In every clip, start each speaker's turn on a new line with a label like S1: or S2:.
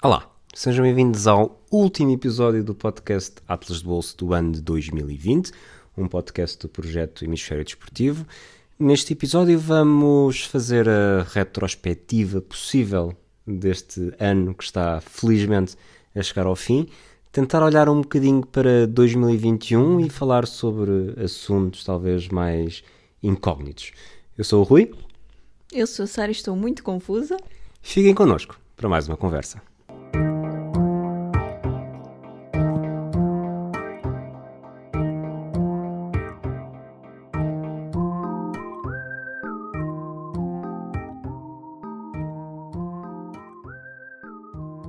S1: Olá, sejam bem-vindos ao último episódio do podcast Atlas de Bolso do ano de 2020, um podcast do projeto Hemisfério Desportivo. Neste episódio vamos fazer a retrospectiva possível deste ano que está felizmente a chegar ao fim, tentar olhar um bocadinho para 2021 e falar sobre assuntos talvez mais incógnitos. Eu sou o Rui,
S2: Eu sou a Sara e estou muito confusa.
S1: fiquem connosco para mais uma conversa.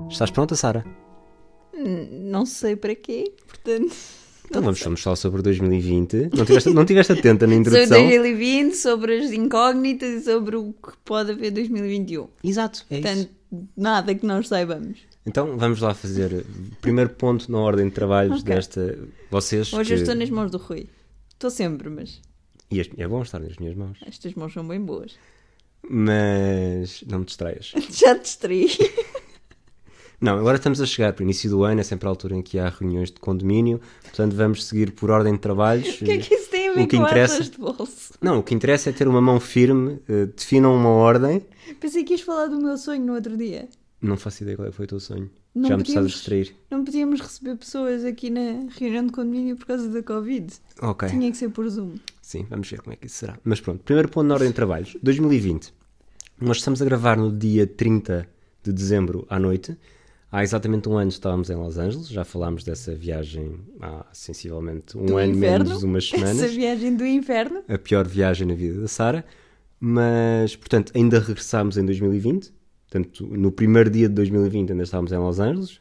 S1: Estás pronta, Sara?
S2: N- Não sei para quê, portanto.
S1: Então vamos, vamos falar sobre 2020. Não tiveste, não tiveste atenta na
S2: Sobre
S1: introdução?
S2: 2020, sobre as incógnitas e sobre o que pode haver em 2021.
S1: Exato, é isso.
S2: Portanto, nada que nós saibamos.
S1: Então vamos lá fazer eh, primeiro ponto na ordem de trabalhos
S2: Ok.
S1: desta. Vocês.
S2: Hoje
S1: que-
S2: eu estou nas mãos do Rui. Estou sempre, mas
S1: E este- é bom estar nas minhas mãos.
S2: estas mãos são bem boas.
S1: Mas não me distraias.
S2: Já te distraí.
S1: Não, agora estamos a chegar para o início do ano, é sempre a altura em que há reuniões de condomínio, portanto vamos seguir por ordem de trabalhos.
S2: O que é que isso tem a ver
S1: O que
S2: com
S1: interessa-
S2: atlas de bolso?
S1: Não, o que interessa é ter uma mão firme, eh, definam uma ordem.
S2: Pensei que ias falar do meu sonho no outro dia.
S1: Não faço ideia qual é que foi o teu sonho.
S2: Não
S1: Já me estás a
S2: podíamos-
S1: distrair.
S2: Não podíamos receber pessoas aqui na reunião de condomínio por causa da Covid.
S1: Ok.
S2: Tinha que ser por Zoom.
S1: Sim, vamos ver como é que isso será. Mas pronto, primeiro ponto na ordem de trabalhos, 2020. Nós estamos a gravar no dia 30 de dezembro à noite. Há exatamente um ano estávamos em Los Angeles, já falámos dessa viagem há sensivelmente um
S2: do
S1: ano
S2: inferno.
S1: menos umas
S2: Essa
S1: semanas.
S2: viagem do inferno.
S1: A pior viagem na vida da Sara. Mas, portanto, ainda regressámos em 2020. Portanto, no primeiro dia de 2020 ainda estávamos em Los Angeles.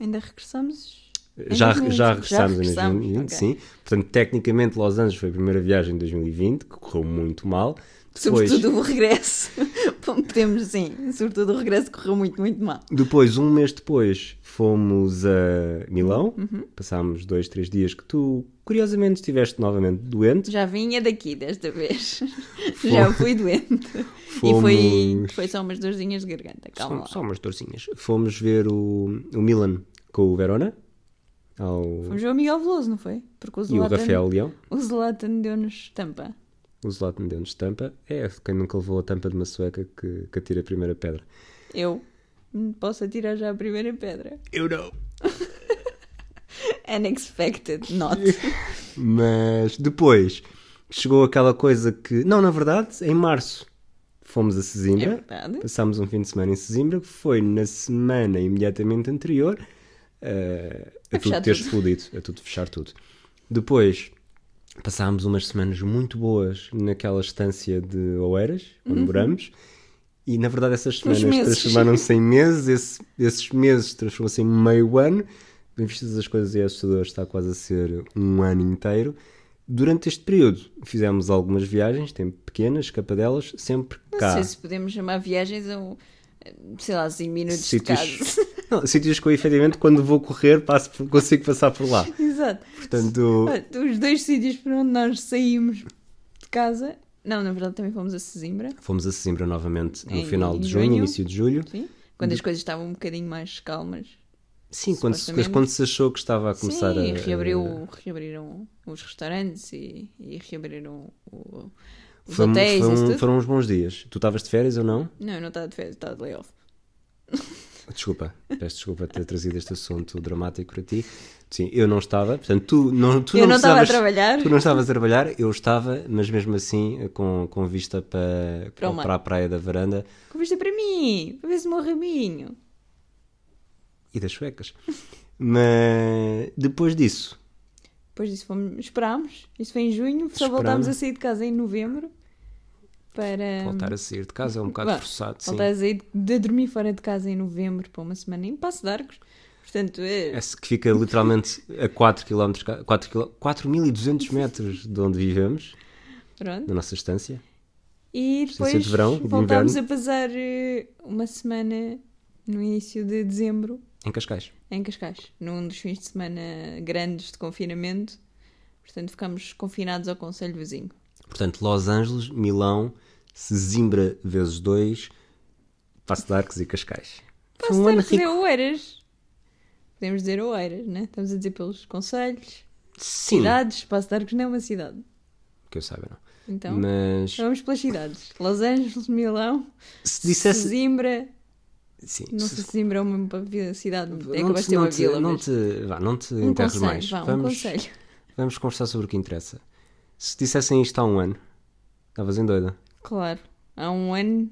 S2: Ainda regressamos. em
S1: Já,
S2: 2020.
S1: já regressámos em
S2: regressamos,
S1: 2020,
S2: ok.
S1: sim. Portanto, tecnicamente Los Angeles foi a primeira viagem em 2020, que correu muito mal. Depois,
S2: Sobretudo o regresso. Bom, Podemos, sim. Sobretudo o regresso correu muito, muito mal.
S1: depois, um mês depois, fomos a Milão.
S2: Uhum.
S1: Passámos dois, três dias que tu, curiosamente, estiveste novamente doente.
S2: Já vinha daqui desta vez. Já fui doente. E foi,
S1: Fomos-
S2: foi só umas dorzinhas de garganta. Calma
S1: Só,
S2: lá.
S1: só umas dorzinhas. Fomos ver o, o Milan com o Verona ao,
S2: Fomos ver o Miguel Veloso, não foi? Porque o
S1: e o
S2: Zlatan,
S1: Rafael Leão.
S2: o Zlatan deu-nos tampa.
S1: O Zlatan deu-nos tampa. É, quem nunca levou a tampa de uma sueca que, que atira a primeira pedra.
S2: Eu posso atirar já a primeira pedra.
S1: Eu não.
S2: Unexpected, not.
S1: Mas depois chegou aquela coisa que. Não, na verdade, em março fomos a
S2: É
S1: Sesimbra.
S2: verdade.
S1: Passámos um fim de semana em Sesimbra, que foi na semana imediatamente anterior eh, a,
S2: A
S1: tudo
S2: fechar
S1: ter
S2: tudo.
S1: explodido, a tudo fechar tudo. Depois passámos umas semanas muito boas naquela estância de Oeiras, onde moramos. E na verdade essas
S2: Uhum. Uns
S1: semanas
S2: meses.
S1: transformaram-se em meses, esse- esses meses transformam-se em meio ano. Bem vistas as coisas e assustadoras, está quase a ser um ano inteiro. Durante este período fizemos algumas viagens, tempo pequenas, escapadelas, sempre
S2: Não
S1: cá.
S2: sei se podemos chamar viagens a, um, sei lá, 5 minutos de casa.
S1: sítios, não, sítios que eu efetivamente quando vou correr passo por- consigo passar por lá.
S2: Exato.
S1: Portanto,
S2: Olha, Os dois sítios por onde nós saímos de casa. Não, na verdade também fomos a Sesimbra.
S1: fomos a Sesimbra novamente no
S2: Em
S1: final de
S2: junho.
S1: junho, início de julho.
S2: Sim. Quando as coisas estavam um bocadinho mais calmas.
S1: Sim, quando se,
S2: Supostamente.
S1: quando se achou que estava a começar
S2: Sim,
S1: a. eh,
S2: reabriu, reabriram os restaurantes e, e reabriram o- os
S1: Foi-
S2: hotéis
S1: foi
S2: e isso
S1: um-
S2: tudo.
S1: foram uns bons dias. Tu estavas de férias ou não?
S2: Não, tá, eu não estava de férias, estava de layoff.
S1: Desculpa, peço desculpa ter trazido este assunto dramático para ti. Sim, eu não estava, portanto, tu não, tu
S2: Eu não estava a
S1: precisavas-
S2: trabalhar.
S1: Tu não estavas a trabalhar, eu estava, mas mesmo assim com, com vista para,
S2: Para o
S1: para,
S2: mar.
S1: a praia da varanda
S2: Convista é para mim, para ver se o meu raminho.
S1: e das suecas. mas depois disso,
S2: Depois disso fomos, esperámos. Isso foi em junho, só
S1: Esperámos.
S2: voltámos a sair de casa em novembro para
S1: voltar a sair de casa é um bocado
S2: Bom,
S1: forçado. Sim.
S2: Voltar a sair de dormir fora de casa em novembro para uma semana em Passo de Arcos. Portanto, é,
S1: É que fica literalmente a 4 km, 4 quiló- 4.200 metros de onde vivemos,
S2: pronto.
S1: na nossa estância. Sem
S2: E
S1: ser
S2: depois
S1: de verão, de
S2: voltámos a
S1: inverno.
S2: passar eh, uma semana no início de dezembro
S1: Em Cascais.
S2: em Cascais, num dos fins de semana grandes de confinamento. Portanto, ficámos confinados ao Conselho Vizinho.
S1: Portanto, Los Angeles, Milão, Sesimbra vezes 2, Passo de Arcos e Cascais. Foi um ano
S2: Posso ter
S1: rico.
S2: dizer Oeiras. Podemos dizer Oeiras, né? Estamos a dizer pelos conselhos,
S1: Sim,
S2: cidades. Passo de Arcos não é uma cidade.
S1: que eu saiba, não.
S2: Então,
S1: Mas
S2: vamos pelas cidades. Los Angeles, Milão,
S1: se dissesse.
S2: Zimbra.
S1: Sim,
S2: Não
S1: se-
S2: sei se Zimbra é uma vi- cidade. É
S1: não
S2: capaz
S1: te,
S2: de ter uma
S1: não, te,
S2: vila,
S1: não,
S2: mas...
S1: te, vá, não te
S2: Um
S1: enterres
S2: conselho,
S1: mais.
S2: vá, um
S1: vamos,
S2: conselho.
S1: vamos conversar sobre o que interessa. Se dissessem isto há um ano, estavas em doida.
S2: Claro. Há um ano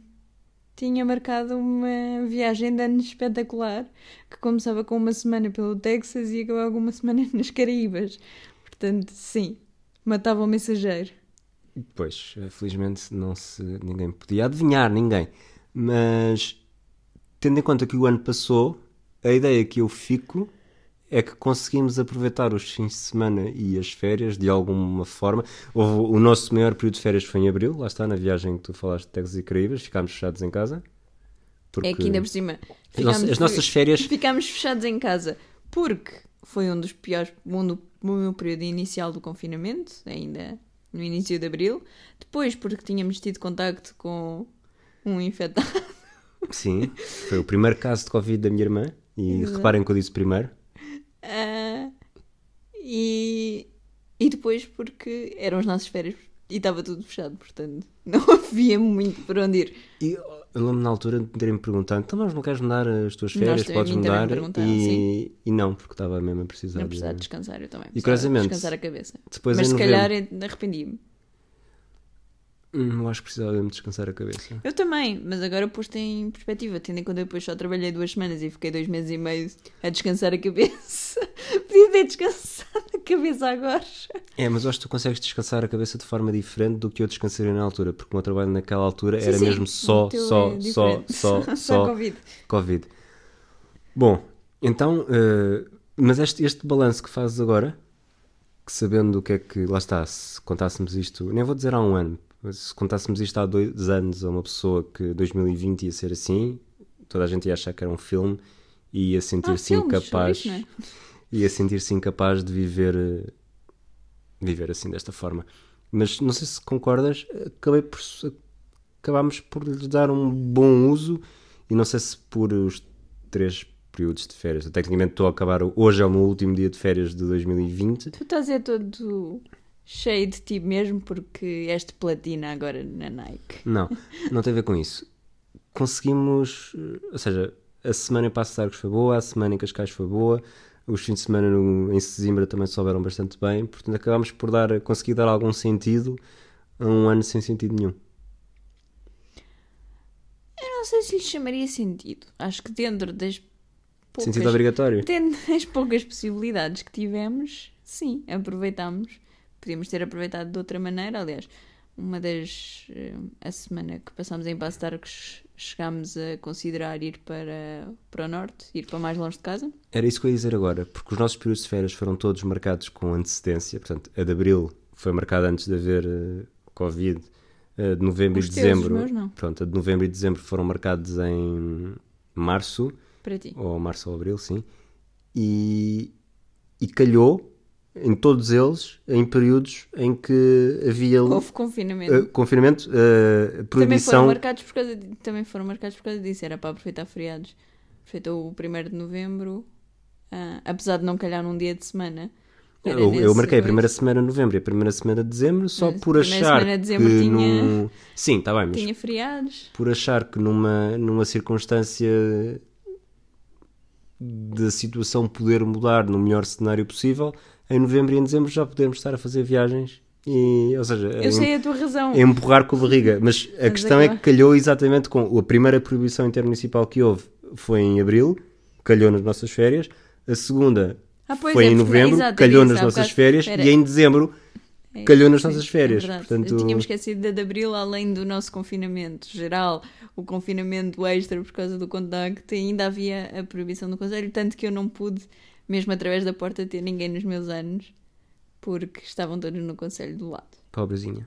S2: tinha marcado uma viagem de ano espetacular que começava com uma semana pelo Texas e acabava com uma semana nas Caraíbas. Portanto, sim, matava o mensageiro.
S1: Pois, eh, felizmente não se, ninguém podia adivinhar, ninguém. Mas, tendo em conta que o ano passou, a ideia que eu fico é que conseguimos aproveitar os fins de semana e as férias de alguma forma. Houve- O nosso maior período de férias foi em abril, lá está, na viagem que tu falaste de Texas e Caraíbas, ficámos fechados em casa. Porque
S2: É que É ainda por cima.
S1: as, nossas, as nossas férias
S2: Ficámos fechados em casa porque foi um dos piores, um do, um do período inicial do confinamento, ainda no início de abril. Depois, porque tínhamos tido contacto com um infectado.
S1: Sim, foi o primeiro caso de Covid da minha irmã. E
S2: Exato.
S1: reparem que eu disse primeiro.
S2: Ah, e, e depois porque eram as nossas férias e estava tudo fechado, portanto não havia muito por onde ir.
S1: E eu lembro na altura de me terem perguntado: então, mas não queres mudar as tuas férias?
S2: Nós- a
S1: Podes
S2: mim também me
S1: mudar?
S2: perguntaram,
S1: E, e não, porque estava mesmo a precisar.
S2: Não
S1: de-
S2: precisava descansar, eu também.
S1: E
S2: precisava
S1: curiosamente,
S2: Descansar a cabeça.
S1: Depois
S2: Mas
S1: em
S2: se
S1: novembro,
S2: calhar eu arrependi-me.
S1: hum, eu acho que precisava mesmo descansar a cabeça.
S2: Eu também, mas agora posto em perspectiva, tendo em conta que depois só trabalhei duas semanas e fiquei dois meses e meio a descansar a cabeça. Podia ter descansado a cabeça agora.
S1: É, mas eu acho que tu consegues descansar a cabeça de forma diferente do que eu descansaria na altura, porque o meu trabalho naquela altura
S2: Sim,
S1: era
S2: sim,
S1: mesmo
S2: o
S1: só,
S2: teu
S1: só,
S2: é
S1: só,
S2: diferente.
S1: só, só,
S2: Só Covid.
S1: Covid. Bom, então, eh, mas este, este balanço que fazes agora, que sabendo o que é que, lá está, se contássemos isto, nem vou dizer há um ano, mas se contássemos isto há dois anos a uma pessoa que 2020 ia ser assim, toda a gente ia achar que era um filme e ia sentir-se
S2: Ah, filmes sobre
S1: incapaz,
S2: isso, não é?
S1: ia sentir-se incapaz de viver, eh, viver assim desta forma. Mas não sei se concordas, acabei por acabámos por lhe dar um bom uso e não sei se por os três períodos de férias. Eu, tecnicamente estou a acabar, o- hoje é o meu último dia de férias de 2020.
S2: Tu estás é todo cheio de ti mesmo porque és de platina agora na Nike.
S1: Não, não tem a ver com isso. Conseguimos, eh, ou seja, a semana em Passos de Arcos foi boa, a semana em Cascais foi boa, os fins de semana no- em Sesimbra também souberam bastante bem, portanto acabámos por dar, conseguir dar algum sentido a um ano sem sentido nenhum.
S2: Eu não sei se lhe chamaria sentido. Acho que dentro das poucas,
S1: Sentido obrigatório.
S2: dentro das poucas possibilidades que tivemos, sim, aproveitámos. Podíamos ter aproveitado de outra maneira. Aliás, uma das. eh, A semana que passámos em Passo de Arcos, chegámos a considerar ir para, para o norte, ir para mais longe de casa.
S1: Era isso que eu ia dizer agora, porque os nossos períodos de férias foram todos marcados com antecedência, portanto, a de abril foi marcada antes de haver eh, Covid, a de novembro
S2: Os
S1: e
S2: teus,
S1: dezembro.
S2: os meus não.
S1: Pronto, a de novembro e dezembro foram marcados em março,
S2: Para ti.
S1: ou março ou abril, sim, e, e calhou em todos eles em períodos em que havia
S2: Houve confinamento.
S1: eh, confinamento, eh,
S2: Também foram,
S1: proibição.
S2: marcados por causa de- também foram marcados por causa disso, era para aproveitar feriados. Aproveitou o 1 de novembro, ah, apesar de não calhar num dia de semana. era
S1: Eu, eu
S2: nesse
S1: marquei a
S2: dois.
S1: primeira semana de novembro e a primeira semana de dezembro só
S2: Mas a
S1: por
S2: primeira
S1: achar
S2: semana de dezembro
S1: que
S2: tinha-
S1: num... Sim, está bem, mas
S2: Tinha feriados.
S1: por achar que numa, numa circunstância da situação poder mudar no melhor cenário possível, em novembro e em dezembro já podemos estar a fazer viagens e, ou seja, é
S2: Eu
S1: em-
S2: sei a tua razão.
S1: a empurrar com a barriga. Mas a
S2: Mas
S1: questão é que
S2: acaba-
S1: calhou exatamente com a primeira proibição intermunicipal que houve foi em abril, calhou nas nossas férias. A segunda
S2: Ah, pois
S1: foi
S2: é,
S1: em
S2: porque-
S1: novembro,
S2: exato,
S1: calhou
S2: é isso,
S1: nas
S2: há
S1: nossas
S2: bocado-
S1: férias
S2: era-
S1: e em dezembro
S2: É,
S1: calhou nas nossas
S2: sim,
S1: férias.
S2: é verdade.
S1: Portanto,
S2: Tínhamos esquecido da de abril, além do nosso confinamento geral, o confinamento extra por causa do contacto, ainda havia a proibição do conselho, tanto que eu não pude, mesmo através da porta, ter ninguém nos meus anos, porque estavam todos no conselho do lado.
S1: pobrezinha.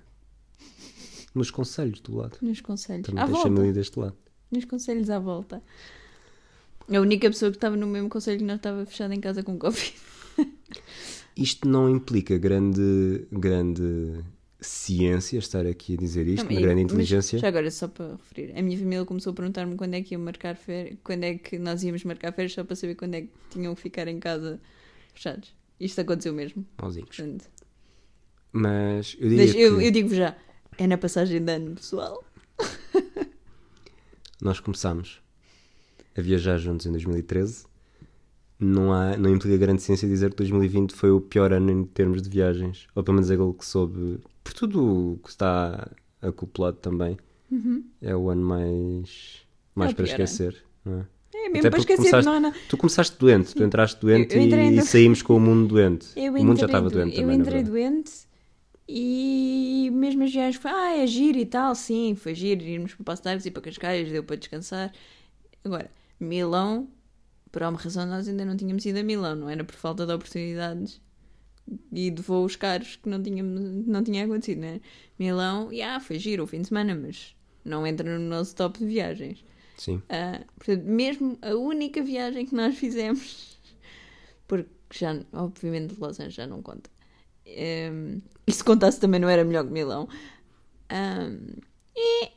S1: Nos conselhos do lado.
S2: Nos conselhos.
S1: Também
S2: À
S1: Então tens
S2: volta.
S1: família deste lado.
S2: Nos conselhos à volta. A única pessoa que estava no mesmo conselho que nós estava fechada em casa com Covid.
S1: Isto não implica grande, grande ciência estar aqui a dizer isto,
S2: Não,
S1: uma
S2: e-
S1: grande
S2: mas
S1: inteligência.
S2: Já agora, só para referir, a minha família começou a perguntar-me quando é que ia marcar férias, quando é que nós íamos marcar férias, só para saber quando é que tinham que ficar em casa fechados. Isto aconteceu mesmo.
S1: Mauzinhos.
S2: Portanto,
S1: Mas eu diria
S2: deixa- eu,
S1: que
S2: eu digo-vos já, é na passagem de ano, pessoal.
S1: nós começámos a viajar juntos em 2013. Não, há, não implica grande ciência dizer que 2020 foi o pior ano em termos de viagens. Ou pelo menos aquele que soube, por tudo o que está acoplado também, é o ano mais, mais para
S2: Uhum. É pior ano.
S1: esquecer. Não é?
S2: É mesmo para
S1: porque
S2: esquecer,
S1: começaste,
S2: não, não.
S1: Tu começaste doente, tu entraste doente
S2: Eu- eu
S1: e,
S2: entrei em
S1: e
S2: do-
S1: saímos com o mundo doente.
S2: Eu
S1: o mundo já
S2: entrei
S1: estava
S2: do-
S1: doente
S2: Eu
S1: também, na
S2: entrei
S1: verdade.
S2: doente e mesmo as viagens foi, ah, é giro e tal, sim, foi giro, irmos para Passo de Arcos e para Cascais, deu para descansar. Agora, Milão, por alguma razão nós ainda não tínhamos ido a Milão, não era por falta de oportunidades e de voos caros que não, tínhamos, não tinha acontecido, não é? Milão, e ah, foi giro o fim de semana, mas não entra no nosso top de viagens.
S1: Sim.
S2: Ah, portanto, mesmo a única viagem que nós fizemos, porque já, obviamente, Los Angeles já não conta. Ehm, e se contasse também não era melhor que Milão. Ahm, e,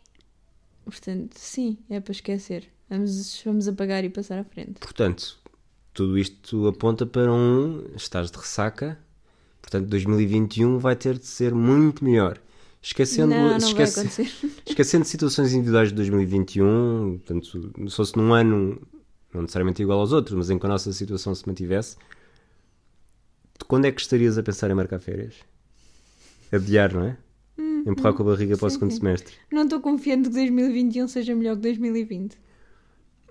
S2: portanto, sim, é para esquecer. Vamos, vamos apagar e passar à frente.
S1: Portanto, tudo isto aponta para um estás de ressaca. Portanto, 2021 vai ter de ser muito melhor. Esquecendo,
S2: não, não
S1: esquece-
S2: vai acontecer.
S1: esquecendo situações individuais de 2021, portanto, se fosse num ano não necessariamente igual aos outros, mas em que a nossa situação se mantivesse, de quando é que estarias a pensar em marcar férias? Adiar, não é? Empurrar com a barriga para o
S2: Hum, sim,
S1: segundo
S2: sim.
S1: semestre.
S2: Não estou confiante que 2021 seja melhor que 2020.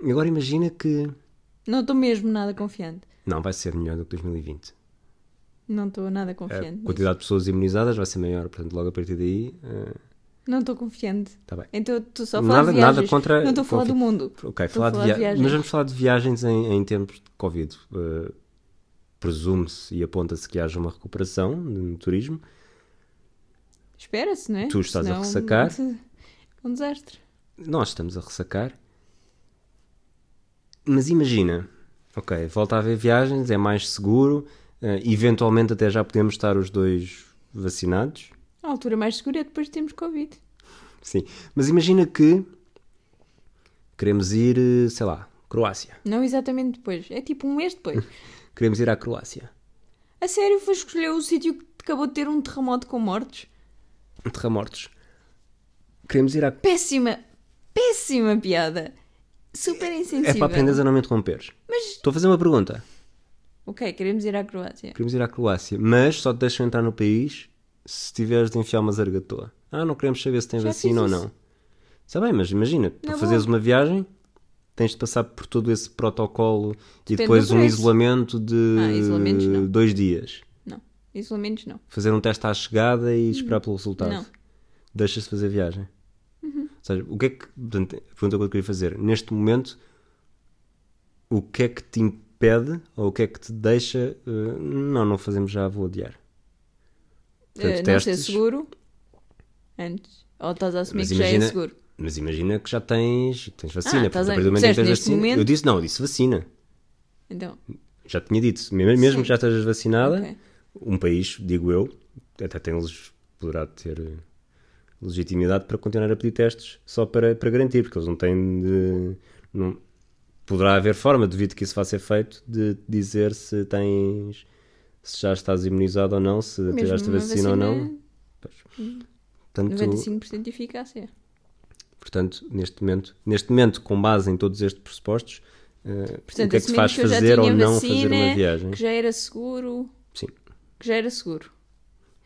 S1: E Agora imagina que
S2: Não estou mesmo nada confiante.
S1: não vai ser melhor do que 2020.
S2: Não estou nada
S1: A
S2: confiante. nisso.
S1: É, quantidade de pessoas imunizadas vai ser maior, portanto, logo a partir daí eh,
S2: Não estou confiante.
S1: tá bem.
S2: Então, tu só
S1: Nada-
S2: falas de viagens.
S1: nada contra-
S2: Não estou a falar do
S1: confi-
S2: mundo.
S1: Ok,
S2: Estou
S1: falar de
S2: a falar de
S1: via-
S2: viagens.
S1: mas vamos falar de viagens em, em tempos de Covid. Eh, Presume-se e aponta-se que haja uma recuperação no turismo.
S2: Espera-se, não é?
S1: Tu estás a
S2: Senão-
S1: ressacar.
S2: Um desastre.
S1: Nós estamos a ressacar. Mas imagina, ok, volta a haver viagens, é mais seguro, eh, eventualmente até já podemos estar os dois vacinados.
S2: A altura mais segura é depois de termos Covid.
S1: Sim, mas imagina que queremos ir, eh, sei lá, Croácia.
S2: Não exatamente depois. É tipo um mês depois.
S1: Queremos ir à Croácia.
S2: a sério, foi escolher o sítio que acabou de ter um terremoto com mortos?
S1: Terramortos. Queremos ir à.
S2: Péssima, péssima piada. Super
S1: É
S2: insensível.
S1: para aprenderes a não me interromperes.
S2: Mas,
S1: Estou a fazer uma pergunta.
S2: ok, queremos ir à Croácia.
S1: Queremos ir à Croácia, mas só te deixam entrar no país se tiveres de enfiar uma zargatoa. Ah, não queremos saber se tens
S2: Já
S1: vacina ou
S2: fiz
S1: não. Está bem, mas imagina,
S2: Na
S1: tu fazeres uma viagem, tens de passar por todo esse protocolo e
S2: Depende
S1: depois
S2: do
S1: um
S2: preço.
S1: isolamento de
S2: Ah, isolamentos não.
S1: dois dias.
S2: Não, isolamentos não.
S1: Fazer um teste à chegada e esperar pelo resultado.
S2: Não.
S1: Deixas de fazer viagem. Ou seja, o que é que. Portanto, a pergunta que eu queria fazer. Neste momento, o que é que te impede ou o que é que te deixa. eh, não, não fazemos já, vou adiar. Portanto,
S2: Eh, não ser
S1: testes.
S2: seguro. Antes. Ou estás a assumir
S1: Mas
S2: que já
S1: imagina-
S2: é seguro.
S1: Mas imagina que já tens, tens vacina.
S2: Ah, estás
S1: portanto, a
S2: a-
S1: partir do momento em que
S2: disseste
S1: tens
S2: neste
S1: vacina.
S2: momento?
S1: Eu disse, não, eu disse vacina.
S2: Então,
S1: Já tinha dito. me- Mesmo
S2: Sim.
S1: que já estejas vacinada,
S2: Ok.
S1: um país, digo eu, até tem, leg- poderá ter eh, legitimidade para continuar a pedir testes só para, para garantir, porque eles não têm de. Não, poderá haver forma, devido que isso vá ser feito, de dizer se tens. se já estás imunizado ou não, se
S2: mesmo
S1: tiraste a
S2: uma
S1: vacina, ou não. Portanto,
S2: 95% de eficácia.
S1: Portanto, neste momento, neste momento, com base em todos estes pressupostos, eh, o
S2: Portanto,
S1: que é que se
S2: assumindo
S1: faz
S2: eu já
S1: fazer ou
S2: tinha
S1: não fazer
S2: vacina, né?
S1: uma viagem?
S2: Que já era seguro.
S1: Sim.
S2: Que já era seguro.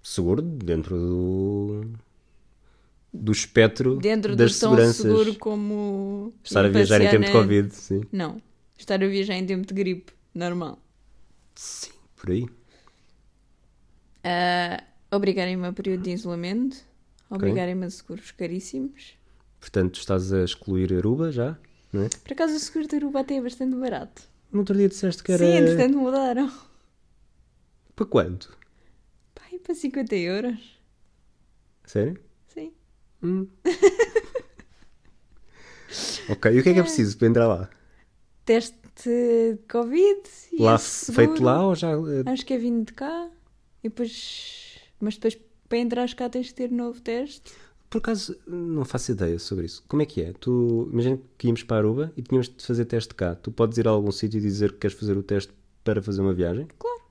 S1: Seguro dentro do, do espectro
S2: Dentro
S1: das
S2: do tão
S1: seguranças.
S2: seguro como.
S1: Estar a
S2: ir
S1: viajar em
S2: passear
S1: tempo de
S2: na-
S1: Covid, sim.
S2: Não. Estar a viajar em tempo de gripe. Normal.
S1: Sim, por aí.
S2: Ah, Obrigarem-me a período de isolamento. Obrigarem-me a seguros caríssimos.
S1: Portanto, estás a excluir Aruba já, não é?
S2: Por acaso, o seguro de Aruba até é bastante barato.
S1: No outro dia disseste que era...
S2: Sim, entretanto mudaram.
S1: Para quanto?
S2: Pai, é para 50 euros.
S1: Sério?
S2: Sim.
S1: Hum. ok, e o que é que é preciso para entrar lá?
S2: Teste de Covid. E
S1: lá
S2: esse
S1: feito
S2: seguro.
S1: lá ou já... eh,
S2: Acho que é vindo de cá e depois. Mas depois Para entrares cá tens de ter novo teste.
S1: Por acaso, não faço ideia sobre isso. Como é que é? Tu, imagina que íamos para Aruba e tínhamos de fazer teste cá. Tu podes ir a algum sítio e dizer que queres fazer o teste para fazer uma viagem?
S2: Claro.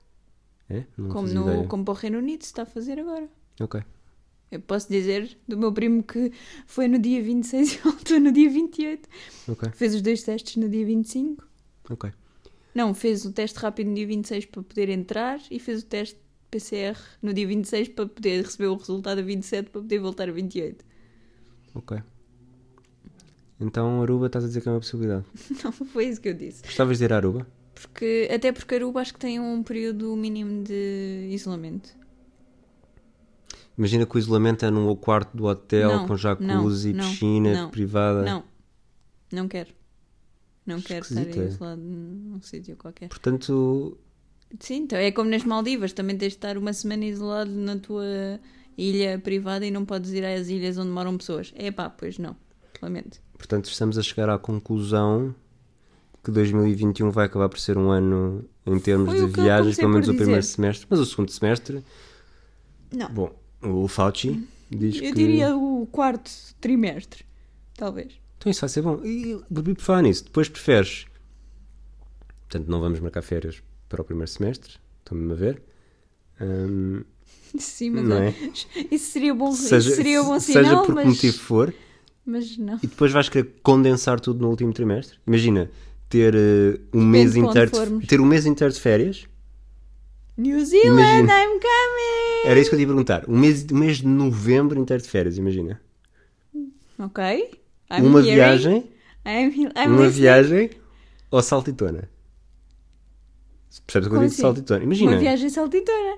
S1: É? Não
S2: Como,
S1: fazia ideia.
S2: no, como para o Reino Unido se está a fazer agora.
S1: Ok.
S2: Eu posso dizer do meu primo que foi no dia 26 e voltou no dia 28.
S1: Ok.
S2: Fez os dois testes no dia 25.
S1: Ok.
S2: Não, fez o teste rápido no dia 26 para poder entrar e fez o teste PCR no dia 26 para poder receber o resultado a 27 para poder voltar a 28.
S1: Ok. Então, Aruba, estás a dizer que é uma possibilidade.
S2: Não, foi isso que eu disse.
S1: Gostavas de ir a Aruba?
S2: Porque, até porque Aruba acho que tem um período mínimo de isolamento.
S1: Imagina que o isolamento é num quarto do hotel
S2: Não,
S1: com jacuzzi,
S2: não, não,
S1: piscina
S2: não,
S1: privada.
S2: Não, não quero. Não quero estar
S1: Esquisito, é?
S2: isolado num sítio qualquer.
S1: Portanto,
S2: Sim, então é como nas Maldivas, também tens de estar uma semana isolado na tua ilha privada e não podes ir às ilhas onde moram pessoas. É pá, pois não. Lamento.
S1: portanto, estamos a chegar à conclusão que 2021 vai acabar por ser um ano em termos
S2: Foi
S1: de
S2: o que eu
S1: viagens,
S2: comecei
S1: pelo
S2: por
S1: menos o
S2: dizer.
S1: primeiro semestre. Mas o segundo semestre,
S2: Não. Uhum.
S1: bom, o Fauci diz que.
S2: Eu diria o quarto trimestre, talvez.
S1: Então isso vai ser bom. E e por falar nisso, depois preferes. Portanto, não vamos marcar férias para o primeiro semestre, estão-me a ver. Ahm,
S2: Sim, mas
S1: Não é?
S2: isso seria bom,
S1: seja,
S2: isso seria um bom
S1: seja
S2: sinal,
S1: por que
S2: mas,
S1: motivo for.
S2: mas não.
S1: E depois vais querer condensar tudo no último trimestre. Imagina ter eh, um mês
S2: de onde
S1: inteiro
S2: formos.
S1: de, ter um mês inteiro de férias.
S2: New Zealand,
S1: Imagina.
S2: I'm coming!
S1: Era isso que eu te ia perguntar. Um mês, um mês de novembro inteiro de férias, imagina.
S2: Ok. I'm
S1: uma
S2: hearing.
S1: viagem,
S2: I'm, I'm
S1: uma
S2: listening.
S1: viagem ou saltitona. Percebes o que eu
S2: Como
S1: digo?
S2: assim?
S1: Saltitona. Imagina.
S2: Uma viagem saltitona.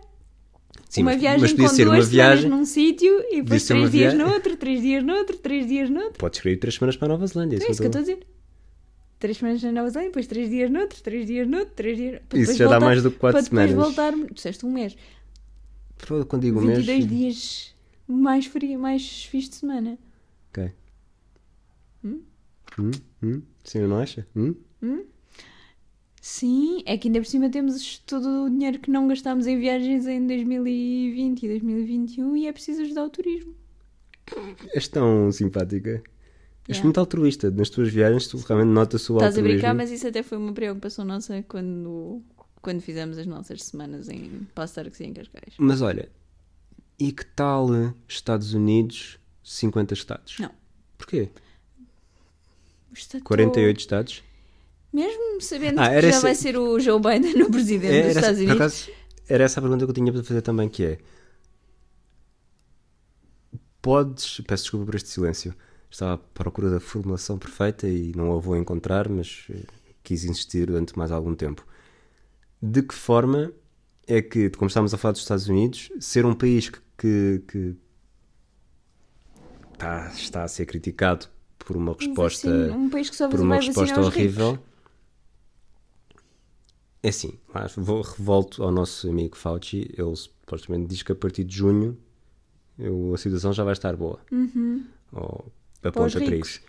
S1: Sim,
S2: uma
S1: mas-
S2: viagem
S1: mas podia
S2: com
S1: ser
S2: duas
S1: uma
S2: semanas
S1: viagem-
S2: num sítio e depois
S1: ser uma
S2: três dias
S1: via-
S2: no outro, três dias no outro, três dias no outro.
S1: Podes querer ir três semanas para a Nova Zelândia.
S2: É isso que eu
S1: eu
S2: estou
S1: tô-
S2: a dizer. Três semanas na Nova Zelândia, depois três dias no outro, três dias no outro, três dias. para
S1: Isso
S2: depois
S1: já dá mais do que quatro
S2: para depois
S1: semanas.
S2: voltar. Disseste um mês.
S1: Pô, Quando digo um mês.
S2: 22 dias mais frio, mais fins de semana.
S1: Ok. Hum? Hum? Sim, não acha? Hum?
S2: Sim, é que ainda por cima temos todo o dinheiro que não gastámos em viagens em 2020 e 2021 e é preciso ajudar o turismo.
S1: És tão simpática. És
S2: Yeah.
S1: muito altruísta. Nas tuas viagens, tu realmente notas o
S2: Estás a
S1: altruísmo.
S2: brincar, mas isso até foi uma preocupação nossa quando, quando fizemos as nossas semanas em Passo de Arcos e em Cascais.
S1: Mas olha, e que tal eh, Estados Unidos, 50 estados?
S2: Não.
S1: Porquê?
S2: O estatuto-
S1: 48 estados?
S2: Mesmo sabendo
S1: Ah,
S2: que
S1: era
S2: já
S1: essa-
S2: vai ser o Joe Biden o presidente dos Estados
S1: É, essa, por
S2: Unidos.
S1: acaso, era essa a pergunta que eu tinha para fazer também, que é... Podes... Peço desculpa por este silêncio. Estava à procura da formulação perfeita e não a vou encontrar, mas eh, quis insistir durante mais algum tempo. De que forma é que, como estávamos a falar dos Estados Unidos, ser um país que- que- que está, está a ser criticado por uma
S2: Mas,
S1: resposta
S2: assim, um país que só
S1: por uma
S2: vai
S1: resposta
S2: vacinar os
S1: horrível.
S2: ricos.
S1: É assim, lá vou, revolto ao nosso amigo Fauci, ele supostamente diz que a partir de junho eu- a situação já vai estar boa. Ou aponta
S2: Uhum. os
S1: para
S2: ricos.
S1: isso.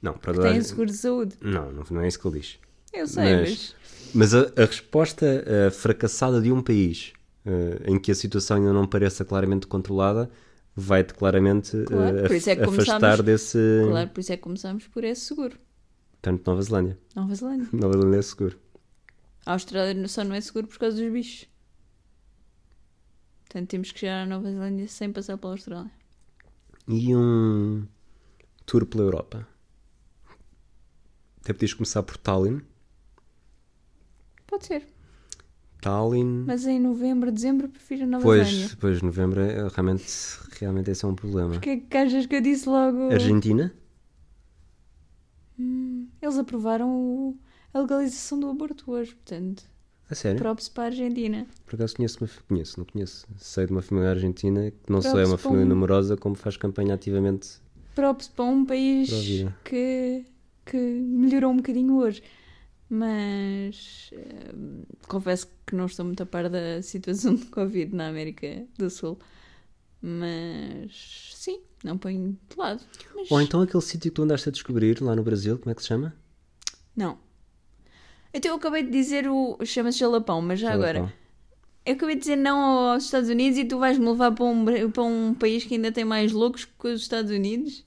S1: Não, para toda a
S2: Tem
S1: gente-
S2: seguro de saúde.
S1: não, não, não é isso que ele diz.
S2: Eu sei, mas...
S1: mas a, a resposta eh, fracassada de um país eh, em que a situação ainda não pareça claramente controlada vai-te claramente eh,
S2: Claro, por isso é que
S1: afastar
S2: começámos-
S1: desse.
S2: Claro, por isso é que começamos por esse seguro.
S1: Tanto Nova Zelândia.
S2: Nova Zelândia.
S1: Nova Zelândia é seguro.
S2: A Austrália só não é seguro por causa dos bichos. Portanto, temos que chegar à Nova Zelândia sem passar pela Austrália.
S1: E um tour pela Europa. Até podias começar por Tallinn.
S2: Pode ser.
S1: Tallinn.
S2: Mas em novembro, dezembro, prefiro a Nova
S1: Pois,
S2: Zelândia.
S1: pois, novembro é, realmente, realmente esse é um problema.
S2: Porque é que achas que eu disse
S1: É
S2: logo? Hum,
S1: Argentina?
S2: Eles aprovaram o- a legalização do aborto hoje, portanto,
S1: A sério?
S2: props para a Argentina.
S1: Por acaso conheço uma fa- conheço, não conheço. Sei de uma família argentina que não só é
S2: Props
S1: uma
S2: para
S1: família
S2: um-
S1: numerosa, como faz campanha ativamente.
S2: Props para um país
S1: Para a vida.
S2: que, que melhorou um bocadinho hoje. Mas hum, confesso que não estou muito a par da situação de Covid na América do Sul. Mas sim, não ponho de lado. Mas,
S1: Ou então aquele sítio que tu andaste a descobrir lá no Brasil, como é que se chama?
S2: Não. Então eu acabei de dizer o. chama-se Jalapão, mas já agora.
S1: Jalapão.
S2: Eu acabei de dizer não aos Estados Unidos e tu vais-me levar para um, bra- para um país que ainda tem mais loucos que os Estados Unidos?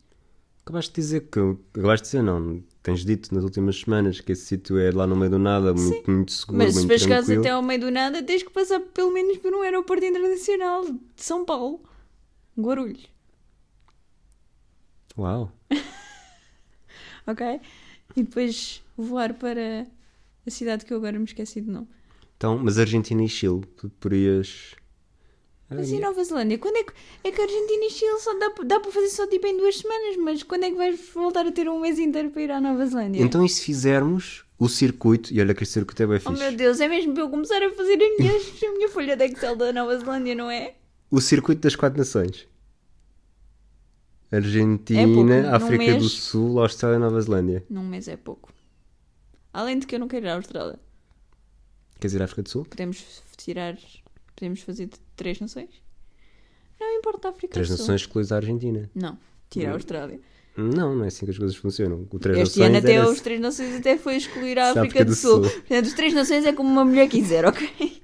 S1: Acabaste de dizer que. Acabaste de dizer, não. Tens dito nas últimas semanas que esse sítio é lá no meio do nada, muito, muito seguro,
S2: Mas se
S1: muito
S2: vais chegares
S1: tranquilo.
S2: até ao meio do nada, tens que passar pelo menos por um aeroporto internacional de São Paulo. Guarulhos,
S1: Uau!
S2: ok? E depois voar para a cidade que eu agora me esqueci de nome.
S1: Então, mas Argentina e Chile, tu podias.
S2: Mas e Nova Zelândia? Quando é que, é que a Argentina e Chile só dá, dá para fazer só tipo em duas semanas, mas quando é que vais voltar a ter um mês inteiro para ir à Nova Zelândia?
S1: Então, e se fizermos o circuito? E olha que o circuito é bem
S2: Oh
S1: fixe.
S2: meu Deus, é mesmo para eu começar a fazer a minha, a minha folha de Excel da Nova Zelândia, não é?
S1: O circuito das quatro nações:
S2: É pouco,
S1: Argentina,
S2: num
S1: África do
S2: mês.
S1: Sul, Austrália e Nova Zelândia.
S2: Num mês é pouco. Além de que eu não quero ir à Austrália.
S1: Quer dizer, África do Sul?
S2: Podemos tirar. Podemos fazer de três nações? Não importa a África
S1: Três
S2: do Sul.
S1: nações excluídas a Argentina.
S2: Não, tira a Austrália.
S1: Não, não é assim que as coisas funcionam. O Três
S2: Este ano
S1: Nações é
S2: até
S1: era
S2: os Três Nações até foi excluir a
S1: Essa
S2: África, do, Sul. Portanto, os Três Nações é como uma mulher quiser, ok?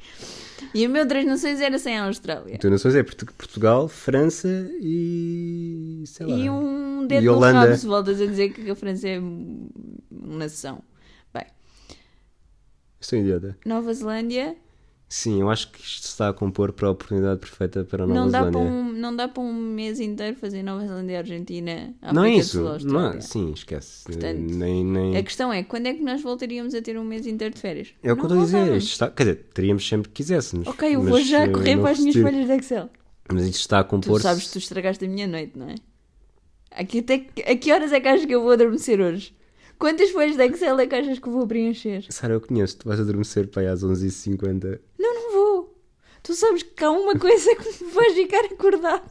S2: E o meu Três Nações era sem a Austrália.
S1: Três Nações é Portu- Portugal, França e. sei lá.
S2: E um dedo
S1: E
S2: no
S1: Holanda.
S2: rabo se voltas a dizer que a França é um- uma nação. Bem,
S1: Estou um idiota.
S2: Nova Zelândia
S1: Sim, eu acho que isto se está a compor para a oportunidade perfeita para a Nova
S2: não dá,
S1: Zelândia.
S2: para um, não dá para um mês inteiro fazer Nova Zelândia e Argentina. África
S1: Não é
S2: do Sul,
S1: isso. Não,
S2: Austrália.
S1: é- sim, esquece.
S2: Portanto,
S1: nem, nem...
S2: A questão é, quando é que nós voltaríamos a ter um mês inteiro de férias?
S1: É o que eu estou
S2: Não
S1: a dizer.
S2: voltávamos.
S1: Isto está... Quer dizer, teríamos sempre que quiséssemos.
S2: Ok, eu vou
S1: mas,
S2: já
S1: eh,
S2: correr
S1: não
S2: para as minhas
S1: resistir.
S2: folhas de Excel.
S1: Mas isto está a
S2: Tu
S1: compor.
S2: sabes que tu estragaste a minha noite, não é? Aqui até que- a que horas é que achas que eu vou adormecer hoje? Quantas folhas de Excel é que achas que eu vou preencher?
S1: Sara, eu conheço. Tu vais adormecer para aí às 11h50.
S2: Não, não vou. Tu sabes que há uma coisa que me vais ficar acordado.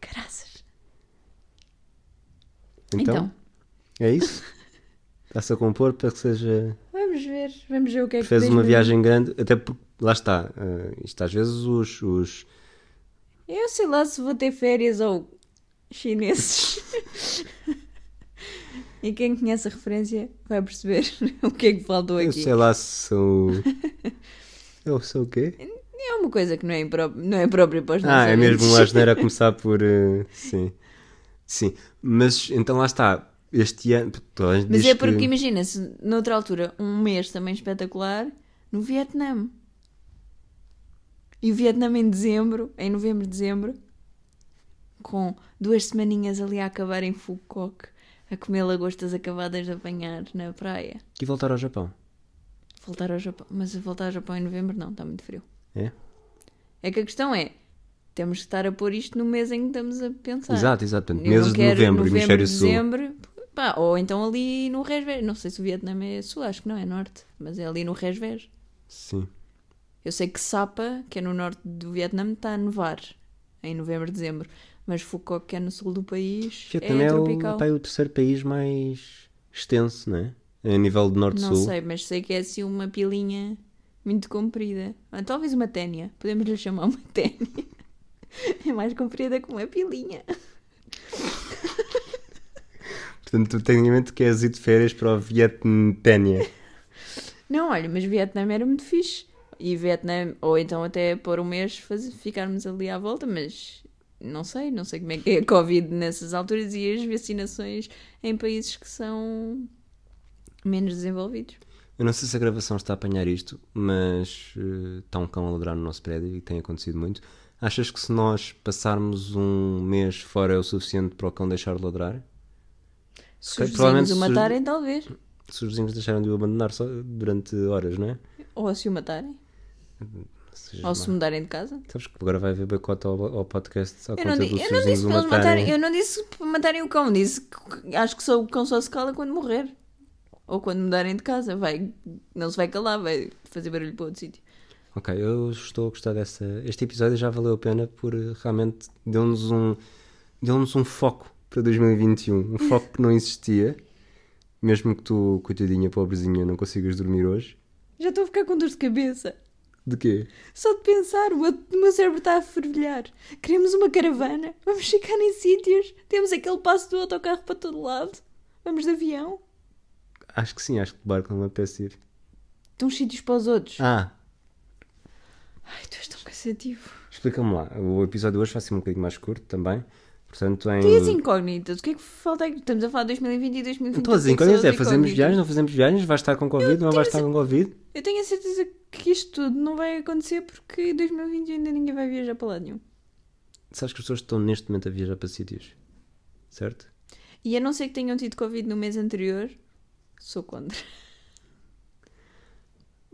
S2: Caraças.
S1: Então,
S2: Então,
S1: é isso? Está-se a compor para que seja.
S2: vamos ver. Vamos ver o que é que
S1: Fez
S2: tens
S1: uma
S2: no-
S1: viagem grande, até porque. Lá está. eh, isto às vezes os- os,
S2: Eu sei lá se vou ter férias ou chineses. e quem conhece a referência vai perceber o que é que faltou
S1: Eu
S2: aqui.
S1: sei lá se sou. Eu sou o quê?
S2: É uma coisa que não é, impró- não é própria para os
S1: Ah, é
S2: nascentes.
S1: mesmo uma asneira a começar por. eh, sim. Sim. Mas então lá está. Este ano. toda a gente
S2: Mas
S1: diz
S2: é porque,
S1: que-
S2: imagina-se, noutra altura, um mês também espetacular no Vietnã. E o Vietnã em dezembro, em novembro, dezembro, com duas semaninhas ali a acabar em Phu Quoc, a comer lagostas acabadas de apanhar na praia.
S1: E voltar ao Japão.
S2: Voltar ao Japão. Mas voltar ao Japão em novembro não, está muito frio.
S1: É?
S2: É que a questão é, temos que estar a pôr isto no mês em que estamos a pensar.
S1: Exato, exato. Portanto,
S2: Tá. Eu não
S1: meses de
S2: quero
S1: novembro, hemisfério sul.
S2: dezembro, pá, ou então ali no Resvés. Não sei se o Vietnã é sul, acho que não, é norte. Mas é ali no Resvés.
S1: Sim.
S2: Eu sei que Sapa, que é no norte do Vietnã, está a nevar em novembro, dezembro. Mas Phuket, que é no sul do país,
S1: Vietnã
S2: é,
S1: é o,
S2: tropical.
S1: pá, é o terceiro país mais extenso, não é? A nível de
S2: Não
S1: norte-sul.
S2: sei, mas sei que é assim uma pilinha muito comprida. Ah, Talvez uma ténia. Podemos lhe chamar uma ténia. É mais comprida que uma pilinha.
S1: Portanto, tu tecnicamente queres ir de férias para o Vietnã.
S2: Não, olha, mas Vietnã era muito fixe. E Vietnã, ou então até por um mês faz- ficarmos ali à volta, mas não sei, não sei como é que é a Covid nessas alturas e as vacinações em países que são menos desenvolvidos.
S1: Eu não sei se a gravação está a apanhar isto, mas eh, está um cão a ladrar no nosso prédio e tem acontecido muito. Achas que se nós passarmos um mês fora é o suficiente para o cão deixar de ladrar?
S2: Se
S1: Ok,
S2: os vizinhos
S1: provavelmente
S2: o
S1: se os-
S2: matarem, talvez.
S1: Se os vizinhos deixaram de o abandonar só durante horas, não é?
S2: Ou se o matarem.
S1: Ou seja,
S2: Ou se mudarem de casa.
S1: Sabes que agora vai haver boicote ao, ao podcast à
S2: Eu
S1: conta
S2: não, di-
S1: dos
S2: eu não
S1: vizinhos
S2: disse
S1: o
S2: para eles
S1: matarem.
S2: matarem, eu não disse para matarem o cão, disse que acho que só, o cão só se cala quando morrer. Ou quando mudarem de casa, vai, não se vai calar, vai fazer barulho para outro sítio.
S1: Ok, eu estou a gostar dessa. Este episódio já valeu a pena por eh, realmente deu-nos um deu-nos um foco para 2021, um foco que não existia. Mesmo que tu, coitadinha, pobrezinha, não consigas dormir hoje.
S2: Já estou a ficar com dor de cabeça.
S1: De quê?
S2: Só de pensar, o meu, o meu cérebro está a fervilhar. Queremos uma caravana, vamos ficar em sítios, temos aquele passo do autocarro para todo lado, vamos de avião.
S1: Acho que sim, acho que de barco não me apetece ir.
S2: Ah. De uns sítios para os outros.
S1: Ah,
S2: cansativo.
S1: Explica-me lá, o episódio hoje vai ser um bocadinho mais curto também. Portanto, em.
S2: E as incógnitas? O que é que falta? Estamos a falar de 2020 e 2021.
S1: Todas as
S2: tem que ser
S1: incógnitas é
S2: outra
S1: fazemos
S2: incógnita.
S1: viagens, não fazemos viagens, vai estar com Covid, não vai
S2: tenho assim
S1: estar
S2: cer-
S1: com Covid.
S2: Eu tenho a certeza que isto tudo não vai acontecer porque em 2020 um ainda ninguém vai viajar para lado nenhum.
S1: Sabes que as pessoas estão neste momento a viajar para sítios, certo?
S2: E a não ser que tenham tido Covid no mês anterior, sou contra.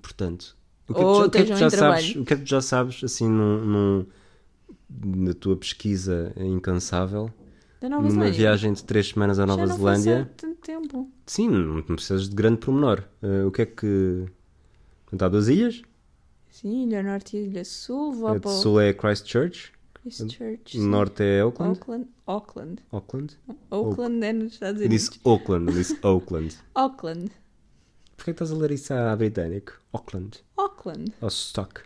S1: Portanto, o
S2: Ou
S1: o que é que
S2: estejam
S1: tu já
S2: em
S1: sabes,
S2: trabalho.
S1: o que é que tu já sabes, assim, num, num- na tua pesquisa incansável,
S2: Da Nova
S1: numa
S2: Zelândia.
S1: viagem de três semanas à Nova
S2: Já não
S1: Zelândia?
S2: faço há tanto tempo.
S1: Sim, não precisas de grande promenor. Eh, o que é que. Portanto, há duas ilhas.
S2: Sim, Ilha Norte e Ilha Sul. Vou
S1: A
S2: lá
S1: de
S2: para o
S1: sul é Christchurch,
S2: Christchurch. sim.
S1: norte é Auckland.
S2: Auckland. Auckland.
S1: Auckland?
S2: Auckland é nos Estados
S1: Eu
S2: Unidos.
S1: disse Auckland, não disse Auckland.
S2: Auckland.
S1: Porquê é que estás a ler isso a britânico? Auckland.
S2: Auckland.
S1: Ou Stock.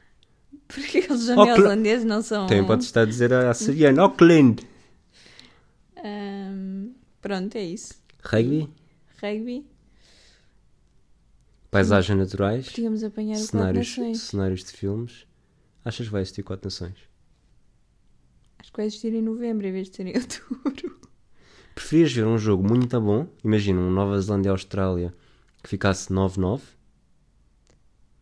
S2: Porque eles são
S1: Auckland.
S2: neozelandeses, não são. um,
S1: Também podes estar a dizer a Siriana. Auckland!
S2: Ahm, pronto, é isso.
S1: Rugby,
S2: Rugby.
S1: paisagens naturais,
S2: Podíamos apanhar o Quatro
S1: cenários,
S2: Nações.
S1: cenários de filmes. Achas que vai existir quatro nações?
S2: Acho que vai existir em novembro em vez de ser em outubro.
S1: Preferias ver um jogo muito bom, imagina um Nova Zelândia e Austrália que ficasse 9-9,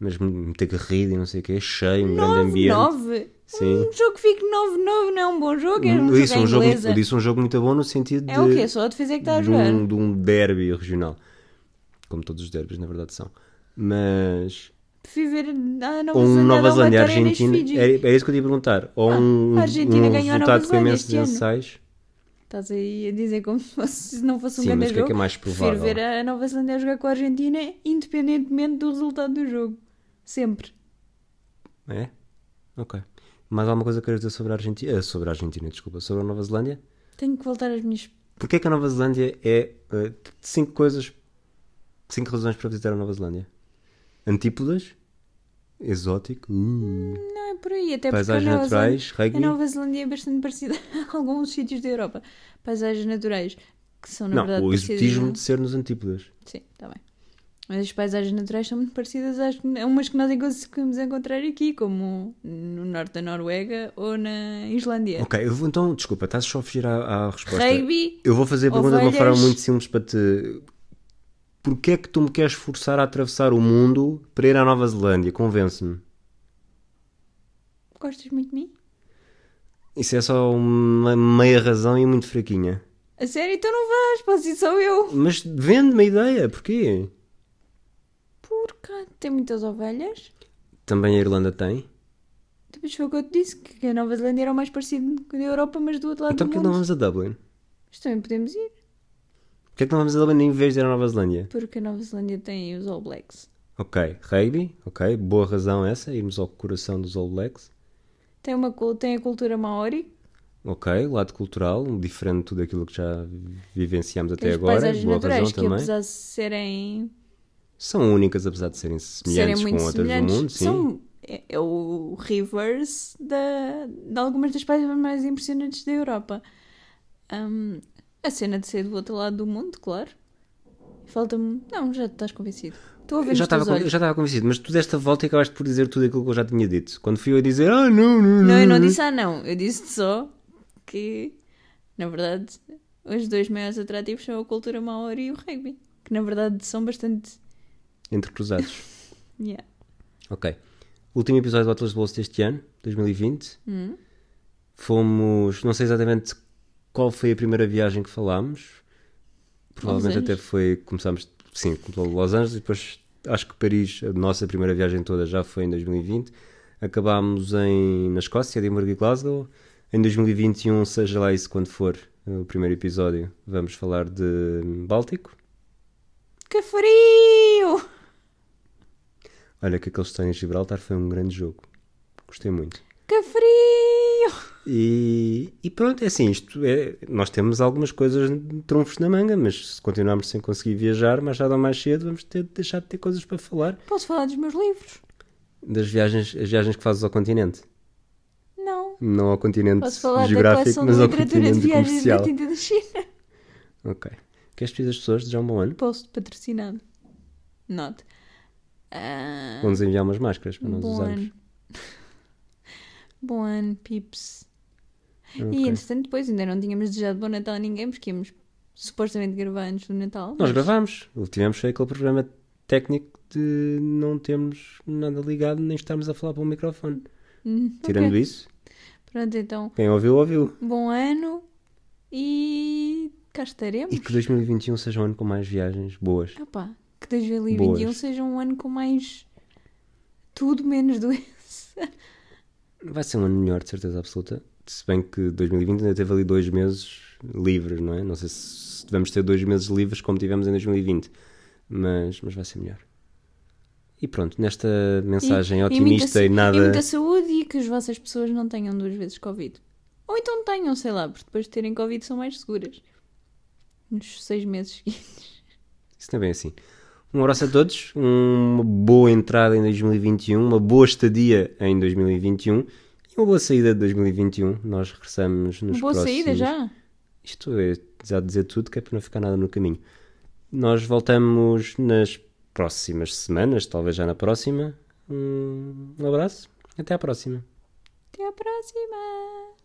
S1: mas muito aguerrido e não sei o quê, cheio, um grande ambiente.
S2: 9-9?
S1: Sim.
S2: Um jogo que fique 9-9 não é um bom jogo, é um
S1: Eu disse,
S2: jogo à
S1: um jogo,
S2: inglesa.
S1: eu disse um jogo muito bom no sentido de,
S2: É o quê? Só a defesa é que está a
S1: de,
S2: jogar.
S1: um, de um derby regional. Como todos os derbys, na verdade, são. Mas.
S2: Prefiro ver a Nova
S1: Ou um
S2: Zelândia
S1: Nova
S2: dar uma
S1: Zelândia
S2: vitória nas
S1: Argentina.
S2: Fiji.
S1: Era, era É isso que eu te ia perguntar. Ou
S2: Ah,
S1: um,
S2: a Argentina
S1: um
S2: ganhou a Nova
S1: resultado com
S2: Zelândia
S1: imensos
S2: este ano.
S1: ensaios.
S2: Estás aí a dizer como se fosse- se não fosse um
S1: Sim,
S2: grande
S1: mas o que é que
S2: jogo.
S1: é mais provável?
S2: Prefiro ver a Nova Zelândia a jogar com a Argentina, independentemente do resultado do jogo. Sempre.
S1: É? Ok. Mais alguma coisa que queres dizer sobre a Argentina? eh, Sobre a Argentina, desculpa. Sobre a Nova Zelândia?
S2: Tenho que voltar às minhas.
S1: Porquê é que a Nova Zelândia é. eh, cinco coisas. Cinco razões para visitar a Nova Zelândia: Antípodas, exótico, uh,
S2: Não é por aí, até
S1: paisagens
S2: porque a Nova Zelândia-
S1: naturais,
S2: A
S1: rugby.
S2: Nova Zelândia é bastante parecida a alguns sítios da Europa. Paisagens naturais, que são, na
S1: Não,
S2: verdade,
S1: o
S2: parecidas-
S1: exotismo de ser nos Antípodas.
S2: Sim, está bem. Mas as paisagens naturais são muito parecidas às a umas que nós conseguimos encontrar aqui, como no norte da Noruega ou na Islândia.
S1: Ok, eu vou, então, desculpa, estás só a fugir à, à resposta.
S2: É. Rugby,
S1: Eu vou fazer a pergunta de uma
S2: ovelhas.
S1: forma muito simples para te. Porquê é que tu me queres forçar a atravessar o mundo para ir à Nova Zelândia? Convence-me.
S2: gostas muito de mim?
S1: Isso é só uma meia razão e muito fraquinha.
S2: A sério, então não vais, posso ir só eu.
S1: Mas vende-me a ideia, porquê?
S2: Porque tem muitas ovelhas.
S1: Também a Irlanda tem.
S2: Depois foi o que eu te disse, que a Nova Zelândia era o mais parecido com a Europa, mas do outro lado
S1: Então
S2: do
S1: porquê que
S2: mundo.
S1: não vamos a Dublin?
S2: Mas também podemos ir,
S1: Porquê que não vamos a Dublin em vez de ir à Nova Zelândia?
S2: porque a Nova Zelândia tem os All Blacks.
S1: Ok, rugby, ok, boa razão essa, irmos ao coração dos All Blacks.
S2: Tem, uma, cul- tem a cultura maori,
S1: Ok, lado cultural, diferente de tudo aquilo que já vivenciámos
S2: tem
S1: até
S2: as
S1: agora,
S2: paisagens
S1: boa
S2: naturais
S1: razão
S2: que,
S1: também.
S2: apesar de serem,
S1: São únicas, apesar de serem
S2: serem
S1: semelhantes
S2: muito
S1: com outras
S2: semelhantes,
S1: do mundo, sim.
S2: são é, é o reverse da, de algumas das paisagens mais impressionantes da Europa. Hum, a cena de ser do outro lado do mundo, claro. Falta-me. Não, já estás convencido. Estou a ver
S1: Eu já
S2: nos teus
S1: estava con-
S2: olhos.
S1: eu já estava convencido, mas tu desta volta e acabaste por dizer tudo aquilo que eu já tinha dito. Quando fui eu a dizer, ah, não, não,
S2: Não,
S1: não.
S2: eu não disse ah não, eu disse só que, na verdade, os dois maiores atrativos são a cultura maori e o rugby, que na verdade são bastante.
S1: Entrecruzados.
S2: Yeah.
S1: ok. Último episódio do Atlas de Bolso deste ano, 2020.
S2: Hum.
S1: Fomos, não sei exatamente qual foi a primeira viagem que falámos. Provavelmente
S2: Angeles.
S1: até foi, começámos, sim, com Los Angeles e depois acho que Paris, a nossa primeira viagem toda já foi em 2020. Acabámos em, na Escócia, Edimburgo e Glasgow. Em 2021, seja lá isso quando for eh, o primeiro episódio, vamos falar de Báltico.
S2: Que frio!
S1: Olha que aquele estranho em Gibraltar foi um grande jogo. Gostei muito.
S2: Que frio!
S1: E, e pronto, é assim, isto é, nós temos algumas coisas de trunfos na manga, mas se continuarmos sem conseguir viajar, mais tarde ou mais cedo, vamos ter de deixar de ter coisas para falar
S2: Posso falar dos meus livros?
S1: das viagens, as viagens que fazes ao continente.
S2: Não.
S1: Não ao continente
S2: Posso falar da
S1: geográfico,
S2: coleção
S1: mas
S2: de
S1: ao
S2: literatura de
S1: continente
S2: viagens
S1: comercial.
S2: da Tinta da China.
S1: Ok. Queres pedir às pessoas desejar um bom ano?
S2: Posto patrocinado. Note. Ah,
S1: Vamos enviar umas máscaras para nós
S2: bom
S1: usarmos.
S2: ano. Bom ano, pips.
S1: Ok.
S2: E entretanto, depois ainda não tínhamos desejado bom Natal a ninguém, porque íamos supostamente gravar antes do Natal.
S1: Nós
S2: mas-
S1: gravámos. Tivemos aquele problema técnico de não termos nada ligado nem estarmos a falar para o microfone.
S2: Hum,
S1: Tirando
S2: ok.
S1: isso,
S2: Pronto, então,
S1: quem ouviu, ouviu.
S2: bom ano e cá estaremos.
S1: E que 2021 seja um ano com mais viagens boas.
S2: Opa, que 2021
S1: Boas.
S2: seja um ano com mais tudo menos doença.
S1: Vai ser um ano melhor, de certeza absoluta. Se bem que 2020 ainda teve ali dois meses livres, não é? Não sei se vamos ter dois meses livres como tivemos em 2020, mas, mas vai ser melhor. E pronto, nesta mensagem otimista e,
S2: muita, sa-
S1: nada.
S2: E muita saúde e que as vossas pessoas não tenham duas vezes Covid. Ou então tenham, sei lá, porque depois de terem Covid são mais seguras. Nos seis meses seguintes.
S1: Isso também é assim. Um abraço a todos, uma boa entrada em 2021, uma boa estadia em 2021 e uma boa saída de 2021. Nós regressamos nos
S2: Boa
S1: próximos...
S2: saída já.
S1: Isto é já dizer tudo que é para não ficar nada no caminho. Nós voltamos nas próximas semanas, talvez já na próxima. Um um abraço, até à próxima.
S2: Até à próxima.